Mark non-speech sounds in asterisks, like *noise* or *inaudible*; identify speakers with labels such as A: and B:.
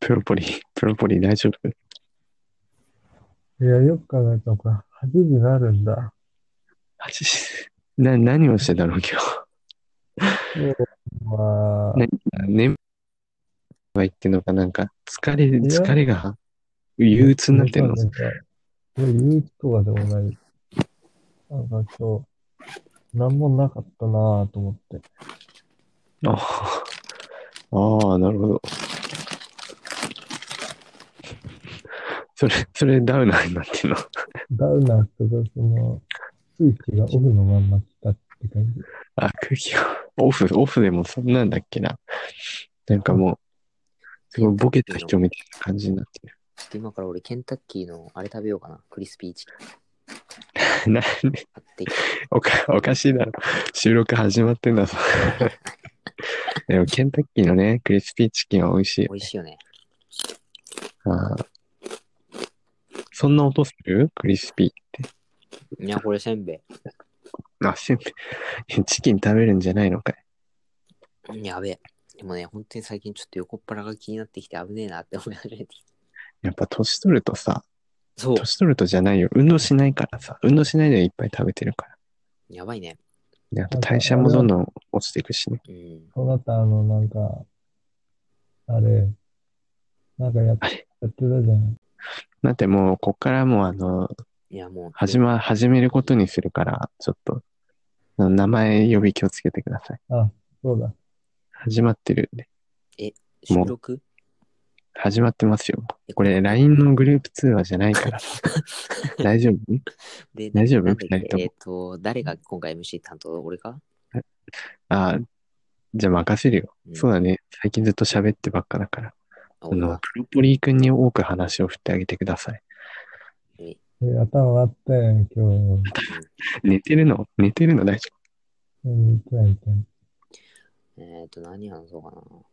A: プロポリ、プロポリ大丈夫
B: いや、よく考えたのか。8時になるんだ。
A: 8時な、何をしてたの今日。
B: まあ、
A: ね眠い言ってんのか、なんか、疲れ、
B: や
A: 疲れが憂鬱になってんの
B: な。んか、いや、憂鬱とかでもない。なんか今日、なんもなかったなぁと思って。
A: ああ、ああなるほど。それ、それダウナーになってんの。
B: ダウナーってことはその、スイッチがオフのまんま来たって感じ。
A: あ、空気が、オフ、オフでもそんなんだっけな。なんかもう、すごいボケた人みたいな感じになってる。
C: ちょっと今から俺、ケンタッキーのあれ食べようかな。クリスピーチキ
A: *laughs*
C: ン
A: なんで、
C: 買ってきて。
A: おか、 *laughs* おかしいだろ。収録始まってん
C: *laughs*
A: だぞ。でも、ケンタッキーのね、クリスピーチキンは美味しいよ
C: 美味しいよね。
A: ああ。そんな音するクリスピ
C: いや、これせんべ
A: ー。あ、せんべ *laughs* い。チキン食べるんじゃないのかい。
C: い。やべえ。でもね、本当に最近ちょっと横っ腹が気になってきて危ねえなって思い始めてきて。
A: やっぱ年取るとさ、
C: そう。
A: 年取るとじゃないよ。運動しないからさ、運動しないでいっぱい食べてるから。
C: やばいね。
A: であと代謝もどんどん落ちていくしね。
C: うん。
B: その後、あの、なんか、あれ、なんかやっ
A: あれ
B: やってたじゃん。
A: だってもう、こっからもうあの、
C: いや、もう。
A: 始ま、始めることにするから、ちょっと、あの名前呼び気をつけてください。
B: そうだ。
A: 始まってるんで。
C: 収録
A: 始まってますよ。これ、LINE のグループ通話じゃない *laughs* から。大丈夫
C: で、
A: 大丈夫
C: なんだ
A: 二
C: っけ
A: 人とも
C: えっと、誰が今回 MC 担当俺か
A: ああ、じゃあ任せるよ。
C: うん
A: そうだね。最近ずっと喋ってばっかだから。
C: あ
A: あ
C: 俺
A: の
C: か、
A: プロポリー君に多く話を振ってあげてください。
B: え、頭あったやん、今日。
A: 寝てるの寝てるの大丈
B: うん、いつやん、いつやん。
C: えっと、何話そうかな。